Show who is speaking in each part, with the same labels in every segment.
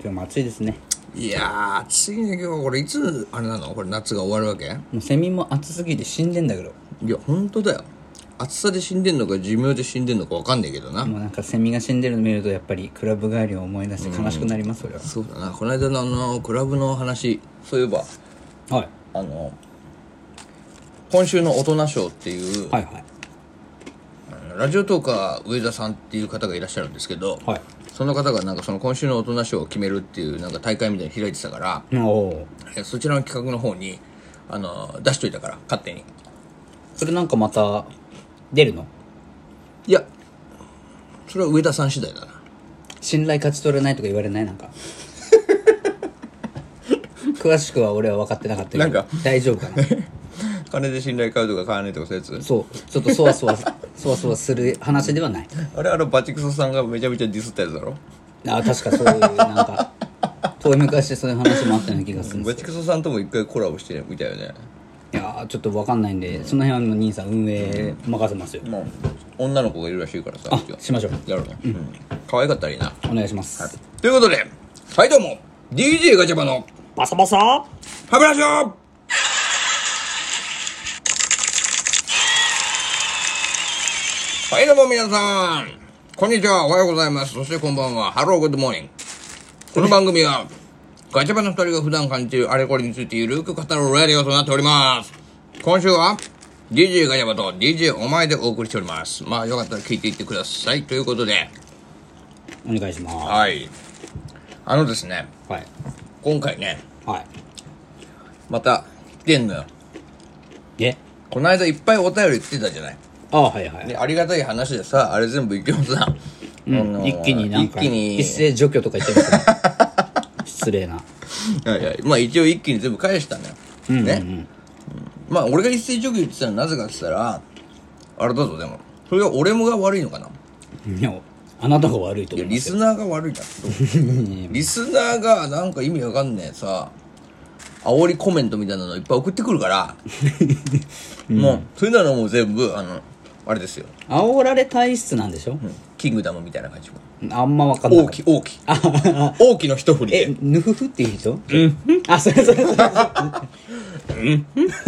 Speaker 1: 今日も暑いですね
Speaker 2: いやー暑いね今日これいつあれなのこれ夏が終わるわけ
Speaker 1: もうセミも暑すぎて死んでんだけど
Speaker 2: いや本当だよ暑さで死んでんのか寿命で死んでんのか分かんないけどな、
Speaker 1: もうなんかセミが死んでるの見るとやっぱりクラブ帰りを思い出して悲しくなりますそれ
Speaker 2: そうだなこの間のあのクラブの話そういえば
Speaker 1: ははい
Speaker 2: あの今週の大人賞っていう、
Speaker 1: はいはい
Speaker 2: ラジオトーカー上田さんっていう方がいらっしゃるんですけど、
Speaker 1: はい
Speaker 2: その方がなんかその今週の大人賞を決めるっていうなんか大会みたいに開いてたから
Speaker 1: おお
Speaker 2: えそちらの企画の方にあの出しといたから勝手に
Speaker 1: それなんかまた出るの
Speaker 2: いやそれは上田さん次第だな
Speaker 1: 信頼勝ち取れないとか言われない なんか詳しくは俺は分かってなかったけど
Speaker 2: なんか
Speaker 1: 大丈夫かな
Speaker 2: 金で信頼買うとか買わないとかそういうやつ
Speaker 1: そうちょっとそわそわそわそわする話ではない
Speaker 2: あれあのバチクソさんがめちゃめちゃディスったやつだろ
Speaker 1: あ確かそういうなんか遠い昔そういう話もあったような気がするんです
Speaker 2: バチクソさんとも一回コラボしてみたよね
Speaker 1: いやーちょっと分かんないんでその辺はもう兄さん運営任せますよ
Speaker 2: もう女の子がいるらしいからさ
Speaker 1: あ
Speaker 2: うちは
Speaker 1: しましょう
Speaker 2: やろうねうん可愛かったらいいな
Speaker 1: お願いします
Speaker 2: ということではいどうも DJ ガチャバの
Speaker 1: バサバサ
Speaker 2: ハブラショはいどうも皆さんこんにちはおはようございますそしてこんばんはハローグッドモーニングこの番組はガチャバの二人が普段感じているあれこれについてゆるく語るラディオとなっております今週は DJ ガチャバと DJ お前でお送りしておりますまあよかったら聞いていってくださいということで
Speaker 1: お願いしま
Speaker 2: はいあのですね
Speaker 1: すはい
Speaker 2: 今回ね
Speaker 1: は
Speaker 2: また来てんのよ
Speaker 1: いえ
Speaker 2: この間いっぱいお便り来てたじゃない
Speaker 1: ああはいはい、
Speaker 2: でありがたい話でさあれ全部一挙さ、
Speaker 1: うん
Speaker 2: あのー
Speaker 1: 一気になんか
Speaker 2: 一気に
Speaker 1: 一斉除去とか言って ますけど失礼な
Speaker 2: はいはいまあ一応一気に全部返したのよ、
Speaker 1: うんうん、う
Speaker 2: ね
Speaker 1: ん、
Speaker 2: まあ俺が一斉除去言ってたのはなぜかって言ったらあれだぞでもそれは俺もが悪いのかない
Speaker 1: やあなたが悪いと思
Speaker 2: いや
Speaker 1: いま
Speaker 2: リ
Speaker 1: す
Speaker 2: スナーが悪いだろリスナーがなんか意味わかんねえさ煽りコメントみたいなのいっぱい送ってく るから、もうそういうのも全部あのあれですよ
Speaker 1: 煽られ体質なんでしょ、
Speaker 2: キングダムみたいな感じも
Speaker 1: あんま分かんない
Speaker 2: 大き大き大きの一振 り
Speaker 1: え
Speaker 2: で
Speaker 1: ぬふふっていう人うんあそれそれそれ
Speaker 2: っ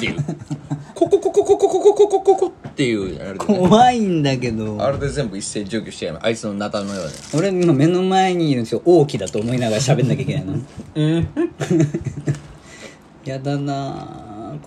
Speaker 2: ていう。ここここここここここここっていうあれで、ね、
Speaker 1: 怖いんだけど
Speaker 2: あれで全部一斉除去しちゃいます。あいつのナタのように。
Speaker 1: 俺今目の前にいるんですよ大きだと思いながら喋んなきゃいけないの やだなぁ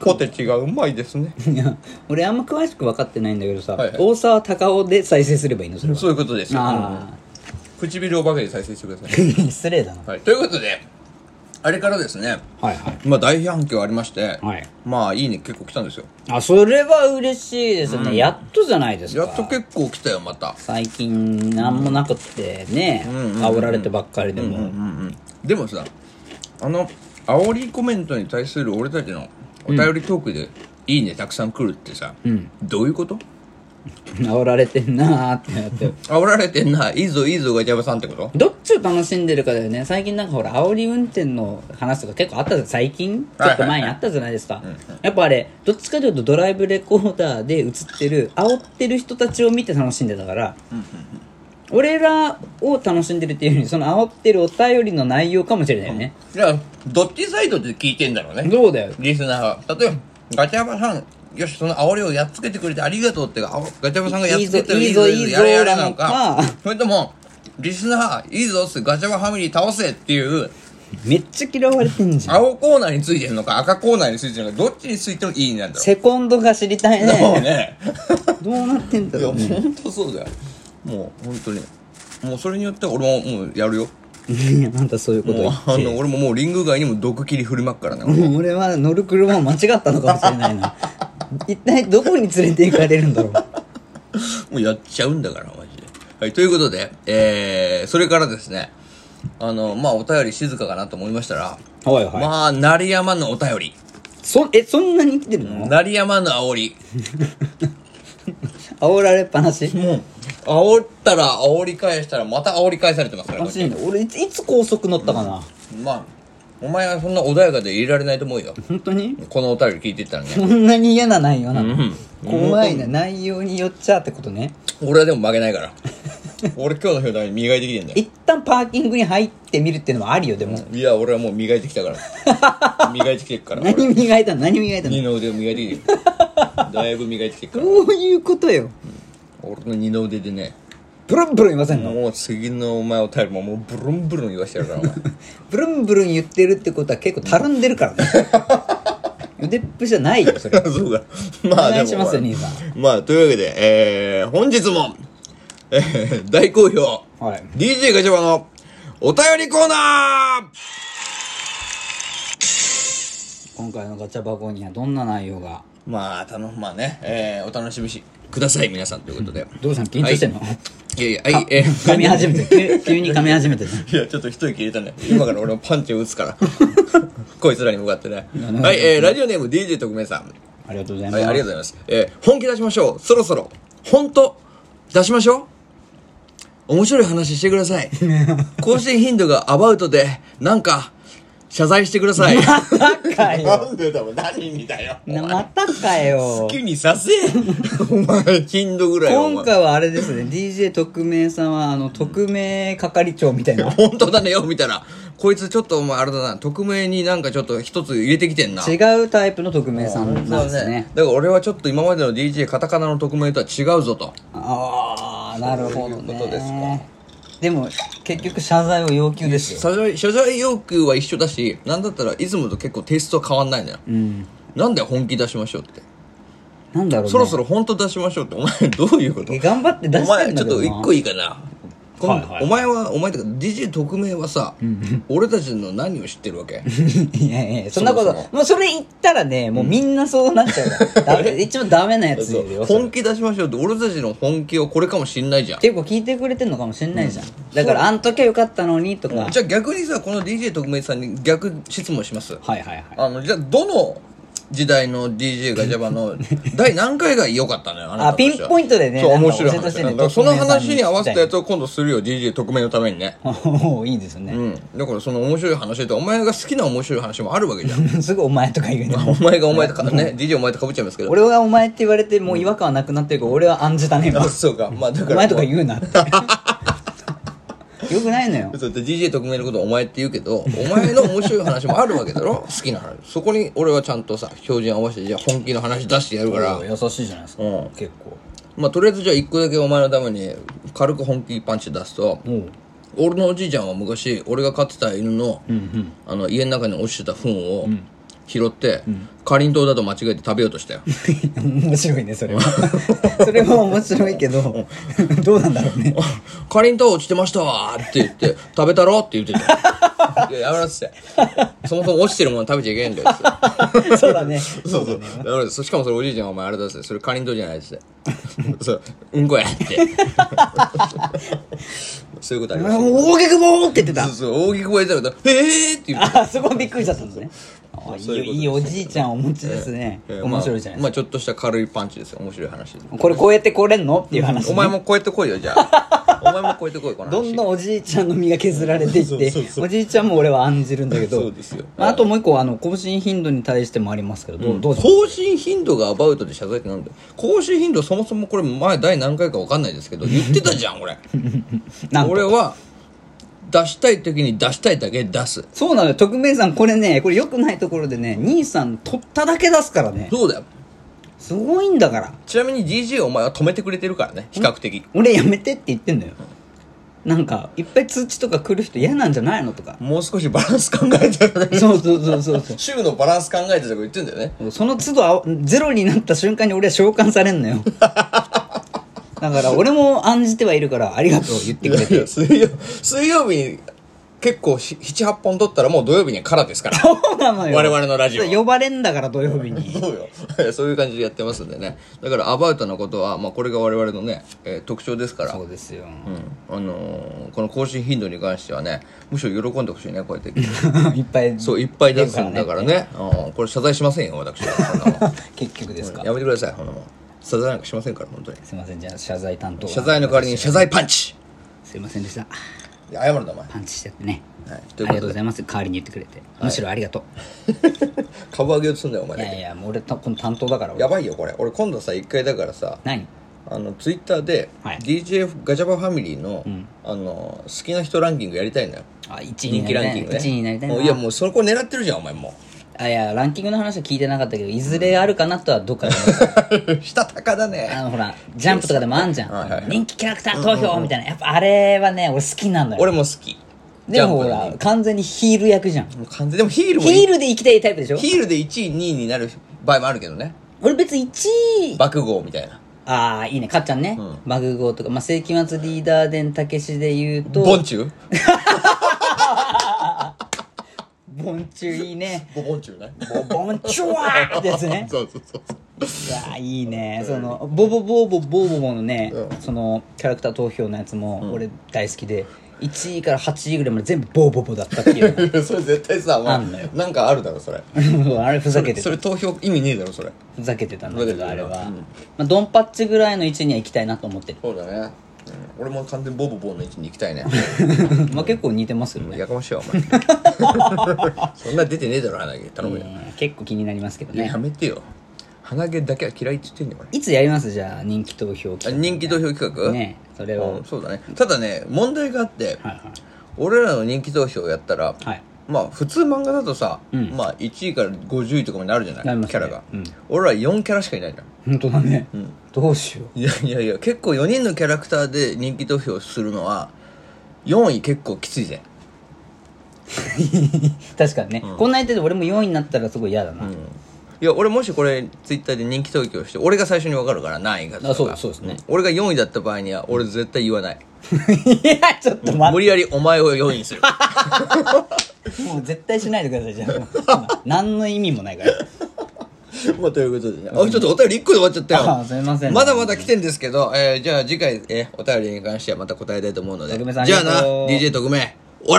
Speaker 2: ポテチがうまいですね。
Speaker 1: いや俺あんま詳しく分かってないんだけどさ、
Speaker 2: はいはい
Speaker 1: 大沢たかおで再生すればいいのそれは
Speaker 2: そういうことですよ。
Speaker 1: あ
Speaker 2: 唇をバカに再生してください。
Speaker 1: ー失礼だな
Speaker 2: はい。ということで、あれからですね、
Speaker 1: はいはい
Speaker 2: まあ大反響ありまして、
Speaker 1: はい
Speaker 2: まあいいね結構来たんですよ。
Speaker 1: あそれは嬉しいですね、やっとじゃないですか
Speaker 2: やっと結構来たよ、また。
Speaker 1: 最近何もなくってね、煽られてばっかりでも、
Speaker 2: うんうん。でもさ、あの、煽りコメントに対する俺たちのお便りトークで、いいねたくさん来るってさ、どういうこと
Speaker 1: 煽られてんなーってなって
Speaker 2: 煽られてんな、いいぞいいぞガチャバさんってこと
Speaker 1: どっちを楽しんでるかだよね最近なんかほら煽り運転の話とか結構あったじゃん最近ちょっと前にあったじゃないですか、やっぱあれどっちかというとドライブレコーダーで映ってる煽ってる人たちを見て楽しんでたから、俺らを楽しんでるっていうよりその煽ってるお便りの内容かもしれないよね、
Speaker 2: いや、どっちサイドで聞いてんだろうね。
Speaker 1: どうだよ
Speaker 2: リスナーは。例えば、ガチャバさん、よし、その煽りをやっつけてくれてありがとうって、あおガチャバさんがやっつけてる
Speaker 1: いいぞいいぞ
Speaker 2: やれやれなの
Speaker 1: なのか
Speaker 2: か、それとも、リスナー、いいぞっつってガチャバファミリー倒せっていう、
Speaker 1: めっちゃ嫌われてんじゃん
Speaker 2: 青コーナーについてるのか、赤コーナーについてるのか、どっちについてもいいねなんだろ。
Speaker 1: セコンドが知りたいう
Speaker 2: そう
Speaker 1: ね
Speaker 2: ね。
Speaker 1: どうなってんだ
Speaker 2: いや、
Speaker 1: ろうね
Speaker 2: ほんとそうだよ。もう、ほんとに。もうそれによって俺ももうやるよ。
Speaker 1: いやあんたそういうこと
Speaker 2: も
Speaker 1: 言
Speaker 2: う
Speaker 1: っ、
Speaker 2: あ
Speaker 1: て
Speaker 2: の、俺ももうリング外にも毒切り振りまくからね。
Speaker 1: もう 俺は乗る車を間違ったのかもしれない な一体どこに連れて行かれるんだろう
Speaker 2: もうやっちゃうんだから、マジで。はい、ということで、えー、それからですね、あの、まあ、お便り静かかなと思いましたら、
Speaker 1: はいはい、
Speaker 2: まあ、鳴りやまぬお便り、
Speaker 1: そえそんなに生きてるの
Speaker 2: 鳴りやまぬ煽り、
Speaker 1: 煽られっぱなし
Speaker 2: もう、煽ったら煽り返したら、また煽り返されてますから、
Speaker 1: マ
Speaker 2: こっち
Speaker 1: ジで俺いついつ高速乗ったかな、
Speaker 2: まあ、お前はそんな穏やかでいられないと思うよ
Speaker 1: 本当に
Speaker 2: このお便り聞いてたらね
Speaker 1: こんなに嫌な内容なの、
Speaker 2: ん
Speaker 1: 怖いな内容によっちゃってことね
Speaker 2: 俺はでも負けないから俺今日の日のために磨いてきてんだよ
Speaker 1: 一旦パーキングに入ってみるっていうのもあるよでも、
Speaker 2: いや俺はもう磨いてきたから磨いてきてるから俺
Speaker 1: 何磨いたの何磨いたの
Speaker 2: 二の腕を磨いてきてるだいぶ磨いてきてるから
Speaker 1: どういうことよ
Speaker 2: 俺の二の腕でね
Speaker 1: ブルンブルン言わせんの、
Speaker 2: もう次のお前を頼りももうブルンブルン言わしてやるからお前
Speaker 1: ブルンブルン言ってるってことは結構たるんでるからね 腕っぷしじゃないよそれ
Speaker 2: そうかまあ
Speaker 1: お
Speaker 2: で
Speaker 1: 願
Speaker 2: も
Speaker 1: いしますよ兄
Speaker 2: まあ
Speaker 1: さ
Speaker 2: まあというわけでえー、本日も、えー、大好評
Speaker 1: はい
Speaker 2: DJ ガチャバのお便りコーナー
Speaker 1: 今回のガチャ箱にはどんな内容が
Speaker 2: まあ頼むまあね、えー、お楽しみしください皆さんということで
Speaker 1: どうしたの緊張してんの、
Speaker 2: いやいやはいえー
Speaker 1: 噛み始め て急急に噛み始めてね
Speaker 2: いや、ちょっと一息入れたね。今から俺もパンチを打つから。 こいつらに向かってね。はい、えー、ラジオネーム DJ 特命さん。
Speaker 1: ありがとうございま
Speaker 2: はい、
Speaker 1: す、
Speaker 2: ありがとうございます。えー、本気出しましょう。そろそろ。本当出しましょう。面白い話してください。更新頻度がアバウトで、なんか、謝罪してください。
Speaker 1: またかよ
Speaker 2: んでだもん、何にだよ。
Speaker 1: なまたかよ
Speaker 2: にさせ。お前、頻度ぐらいはお前
Speaker 1: 今回はあれですね DJ 特命さんはあの特命係長みたいな
Speaker 2: 本当だねよ、見たら。こいつちょっとお前あれだな、匿名になんかちょっと一つ入れてきてんな。
Speaker 1: 違うタイプの特命さんなんですね
Speaker 2: だから俺はちょっと今までの DJ カタカナの匿名とは違うぞと
Speaker 1: ああなるほど
Speaker 2: そう
Speaker 1: ね
Speaker 2: いうことです
Speaker 1: でも結局謝罪を要求ですよ
Speaker 2: 謝罪謝罪要求は一緒だし何だったらいつもと結構テイストは変わんないのよ、
Speaker 1: うん
Speaker 2: なんで本気出しましょうって、
Speaker 1: なんだろうね
Speaker 2: そろそろ本当出しましょうってお前どういうこと
Speaker 1: え頑張って出
Speaker 2: お
Speaker 1: してる
Speaker 2: 前
Speaker 1: ん
Speaker 2: ち
Speaker 1: だ
Speaker 2: ょっ
Speaker 1: けど
Speaker 2: と
Speaker 1: な
Speaker 2: 一個いいかな今
Speaker 1: はいはい
Speaker 2: お前はお前ってか DJ 匿名はさ、俺たちの何を知ってるわ け
Speaker 1: いやいやそんなこと
Speaker 2: そもそ
Speaker 1: もうそれ言ったらねもうみんなそうなっちゃうからダメ 一番ダメなやつよそれ
Speaker 2: 本気出しましょうって俺たちの本気をこれかもしんないじゃん
Speaker 1: 結構聞いてくれてんのかもしれないじゃん、だからあん時はよかったのにとか、はい
Speaker 2: じゃあ逆にさこの DJ 特命さんに逆質問します
Speaker 1: はいはい
Speaker 2: あのじゃあどの時代の DJ ガジャバ の第何回が良かったのよあなた
Speaker 1: あピンポイントでね
Speaker 2: そう面白い
Speaker 1: なんか教えてほし
Speaker 2: 話
Speaker 1: いね
Speaker 2: だからその
Speaker 1: 匿名さんに
Speaker 2: 話に合わせたやつを今度するよ DJ 特命のためにね
Speaker 1: もういいですよ
Speaker 2: う
Speaker 1: ね、
Speaker 2: んだからその面白い話とお前が好きな面白い話もあるわけじゃん
Speaker 1: すぐお前とか言うね
Speaker 2: お前がお前とかね DJ お前とかぶっちゃいますけど
Speaker 1: 俺がお前って言われてもう違和感はなくなってるから俺は暗示だね今
Speaker 2: あ そうかまあだか
Speaker 1: お
Speaker 2: ら
Speaker 1: 前とか言うなってよくないのよ
Speaker 2: そうだって DJ 特命のことお前って言うけどお前の面白い話もあるわけだろ好きな話そこに俺はちゃんとさ標準合わせてじゃあ本気の話出してやるから
Speaker 1: 優しいじゃないですか、
Speaker 2: うん
Speaker 1: 結構
Speaker 2: まあとりあえずじゃあ一個だけお前のために軽く本気パンチ出すと
Speaker 1: もう
Speaker 2: 俺のおじいちゃんは昔俺が飼ってた犬の,、
Speaker 1: ん
Speaker 2: あの家の中に落ちてた糞を拾って、かりんとうだと間違えて食べようとしたよ
Speaker 1: 面白いねそれは それも面白いけどどうなんだろうね
Speaker 2: かりんとう落ちてましたわーって言って 食べたろって言って たいややめろっつってそもそも落ちてるもの食べちゃいけないんだよっつって
Speaker 1: そうだ ね
Speaker 2: そうそう。だから、そしかもそれおじいちゃんはお前あれだっすそれかりんとうじゃないっす ねそう、うんこやって。 そういうことありまし
Speaker 1: 大げくぼーって言って
Speaker 2: た。
Speaker 1: た
Speaker 2: そうそう、大きく声出たら、えーって言って。
Speaker 1: あそこはびっくりしちゃったんですねあいい
Speaker 2: そういうことです
Speaker 1: いいおじいちゃんをお持ちですね、
Speaker 2: えー
Speaker 1: 面白いじゃない
Speaker 2: まあ、ま
Speaker 1: で
Speaker 2: あちょっとした軽いパンチですよ。面白い話。
Speaker 1: すか、これ超えてこれんのっていう話、ね、
Speaker 2: お前も超えてこいよ、じ ゃあ。お前も超えてこい、この話。
Speaker 1: どんどんおじいちゃんの身が削られてい
Speaker 2: そう
Speaker 1: って
Speaker 2: そうそう
Speaker 1: おじいちゃんも俺は案じるんだけど
Speaker 2: そうですよ
Speaker 1: まあ、あともう一個あの更新頻度に対してもありますけどどう,、どうぞ
Speaker 2: 更新頻度がアバウトで謝罪ってなんだよ。更新頻度そもそもこれ前第何回か分かんないですけど、言ってたじゃ ん、俺。
Speaker 1: なん
Speaker 2: 俺は、出したい時に出したいだけ出す。
Speaker 1: そうなのよ特命さんこれねこれ良くないところでね兄さん取っただけ出すからね
Speaker 2: そうだよ。
Speaker 1: すごいんだから
Speaker 2: ちなみに DJ お前は止めてくれてるからね比較的
Speaker 1: 俺やめてって言ってんのよなんかいっぱい通知とか来る人嫌なんじゃないのとか
Speaker 2: もう少しバランス考えてる ね
Speaker 1: そうそうそうそうそ
Speaker 2: 週のバランス考えてとか言ってんだよね
Speaker 1: うその都度あおゼロになった瞬間に俺は召喚されん のよだから俺も案じてはいるからありがとう言ってくれて
Speaker 2: 水曜水曜日に結構78本取ったらもう土曜日には空ですから
Speaker 1: そうなのよ
Speaker 2: 我々のラジオ
Speaker 1: 呼ばれんだから土曜日に
Speaker 2: そうよ そういう感じでやってますんでねだからアバウトなことは、まあ、これが我々のね、えー特徴ですから
Speaker 1: そうです よ
Speaker 2: うんあのーこの更新頻度に関してはねむしろ喜んでほしいねこうやって
Speaker 1: いっぱい
Speaker 2: そういっぱい出すんだからねうんこれ謝罪しませんよ私はそんなも ん
Speaker 1: 結局ですか
Speaker 2: やめてくださいこんなもん謝罪なんかしませんから本当に
Speaker 1: すいませんじゃあ謝罪担当
Speaker 2: 謝罪の代わりに謝罪パンチ
Speaker 1: すいませんでした
Speaker 2: いや謝るんだお前
Speaker 1: パンチしちゃってね、
Speaker 2: はい
Speaker 1: あ
Speaker 2: と
Speaker 1: り
Speaker 2: い
Speaker 1: が
Speaker 2: うことで
Speaker 1: とうございます代わりに言ってくれて、むしろありがと
Speaker 2: 株上げようとすんだよお前
Speaker 1: うい
Speaker 2: だけ
Speaker 1: やいやもう俺たこの担当だから俺
Speaker 2: やばいよこれ俺今度さ一回だからさ
Speaker 1: 何
Speaker 2: あのツイッターで
Speaker 1: はい
Speaker 2: DJF ガチャバファミリーの,、あの好きな人ランキングやりたいのよ
Speaker 1: あ1位
Speaker 2: 人
Speaker 1: に
Speaker 2: 気
Speaker 1: な
Speaker 2: ラ
Speaker 1: り
Speaker 2: ン
Speaker 1: た
Speaker 2: キ
Speaker 1: い
Speaker 2: ングね
Speaker 1: 1位になりたいな
Speaker 2: もういやもうそこ狙ってるじゃんお前も
Speaker 1: あいやランキングの話は聞いてなかったけどいずれあるかなとはどっかで思ってた
Speaker 2: うしたたかだね
Speaker 1: あのほらジャンプとかでもあんじゃん、
Speaker 2: はいはいはい
Speaker 1: 人気キャラクター投票みたいな、やっぱあれはね俺好きなんだよ
Speaker 2: 俺も好き
Speaker 1: でもほ
Speaker 2: ジャンプ
Speaker 1: ら完全にヒール役じゃん
Speaker 2: のもう完全でもヒールも
Speaker 1: ヒールで生きたいタイプでしょ
Speaker 2: ヒールで1位2位になる場合もあるけどね
Speaker 1: 俺別に1位
Speaker 2: 爆豪みたいな
Speaker 1: ああいいねかっちゃんね、マグゴーとか、まあ、世紀末リーダー伝たけしで言うと
Speaker 2: ボンチュウ
Speaker 1: 盆中いいね
Speaker 2: ボボンチュウね
Speaker 1: ボボンチュワーってやつね
Speaker 2: そうそうそうそう
Speaker 1: い やーいいねそのボボボボボボボのね、そのキャラクター投票のやつも俺大好きで、1位から8位ぐらいまで全部ボボボだったっていう
Speaker 2: それ絶対さお
Speaker 1: あ
Speaker 2: 前
Speaker 1: んのよ
Speaker 2: なんかあるだろそれ
Speaker 1: あれふざけて
Speaker 2: そ
Speaker 1: た
Speaker 2: れ投票意味ねえだろそれ
Speaker 1: ふざけてたんだけ
Speaker 2: ふざけて
Speaker 1: ど
Speaker 2: た
Speaker 1: あれは、
Speaker 2: うん
Speaker 1: まあ、ドンパッチぐらいの位置には行きたいなと思ってる
Speaker 2: そうだね、うん俺も完全にボボボの位置に行 きたいね
Speaker 1: まあ結構似てますよね、
Speaker 2: やかましいわ お前そんな出てねえだろ鼻毛頼むよ、
Speaker 1: うん結構気になりますけどね
Speaker 2: やめてよ鼻毛だけは嫌いって言ってんねん俺
Speaker 1: いつやりますじゃあ人気投票
Speaker 2: あ
Speaker 1: 企
Speaker 2: 人気投票企画
Speaker 1: 画ねそれ
Speaker 2: う
Speaker 1: を
Speaker 2: ん、そうだねただね問題があって、
Speaker 1: はいはい
Speaker 2: 俺らの人気投票やったら、
Speaker 1: はい
Speaker 2: まあ普通漫画だとさ、まあ1位から50位とかまであるじゃない、
Speaker 1: なりますね
Speaker 2: キャラが、
Speaker 1: うん
Speaker 2: 俺ら4キャラしかいないじゃん
Speaker 1: 本当だね、どうしよう
Speaker 2: いやいやいや結構4人のキャラクターで人気投票するのは4位結構きついぜ
Speaker 1: 確かにね、こんな相手で俺も4位になったら すごい嫌だな、
Speaker 2: いや俺もしこれツイッターで人気投票して俺が最初に分かるから何位かとか
Speaker 1: あそうですそうですね
Speaker 2: ん俺が4位だった場合には俺絶対言わない、
Speaker 1: いやちょっと待
Speaker 2: 無理やりお前を4位に する
Speaker 1: ってもう絶対しないでくださいじゃあ何の意味もないから
Speaker 2: まあということでねあちょっとお便り1個で終わっちゃったよ
Speaker 1: あすいません
Speaker 2: まだまだ来てんですけど、えーじゃあ次回、えーお便りに関してはまた答えたいと思うので
Speaker 1: 徳明さんあり
Speaker 2: じゃ
Speaker 1: が
Speaker 2: あ
Speaker 1: とう
Speaker 2: な DJ 特命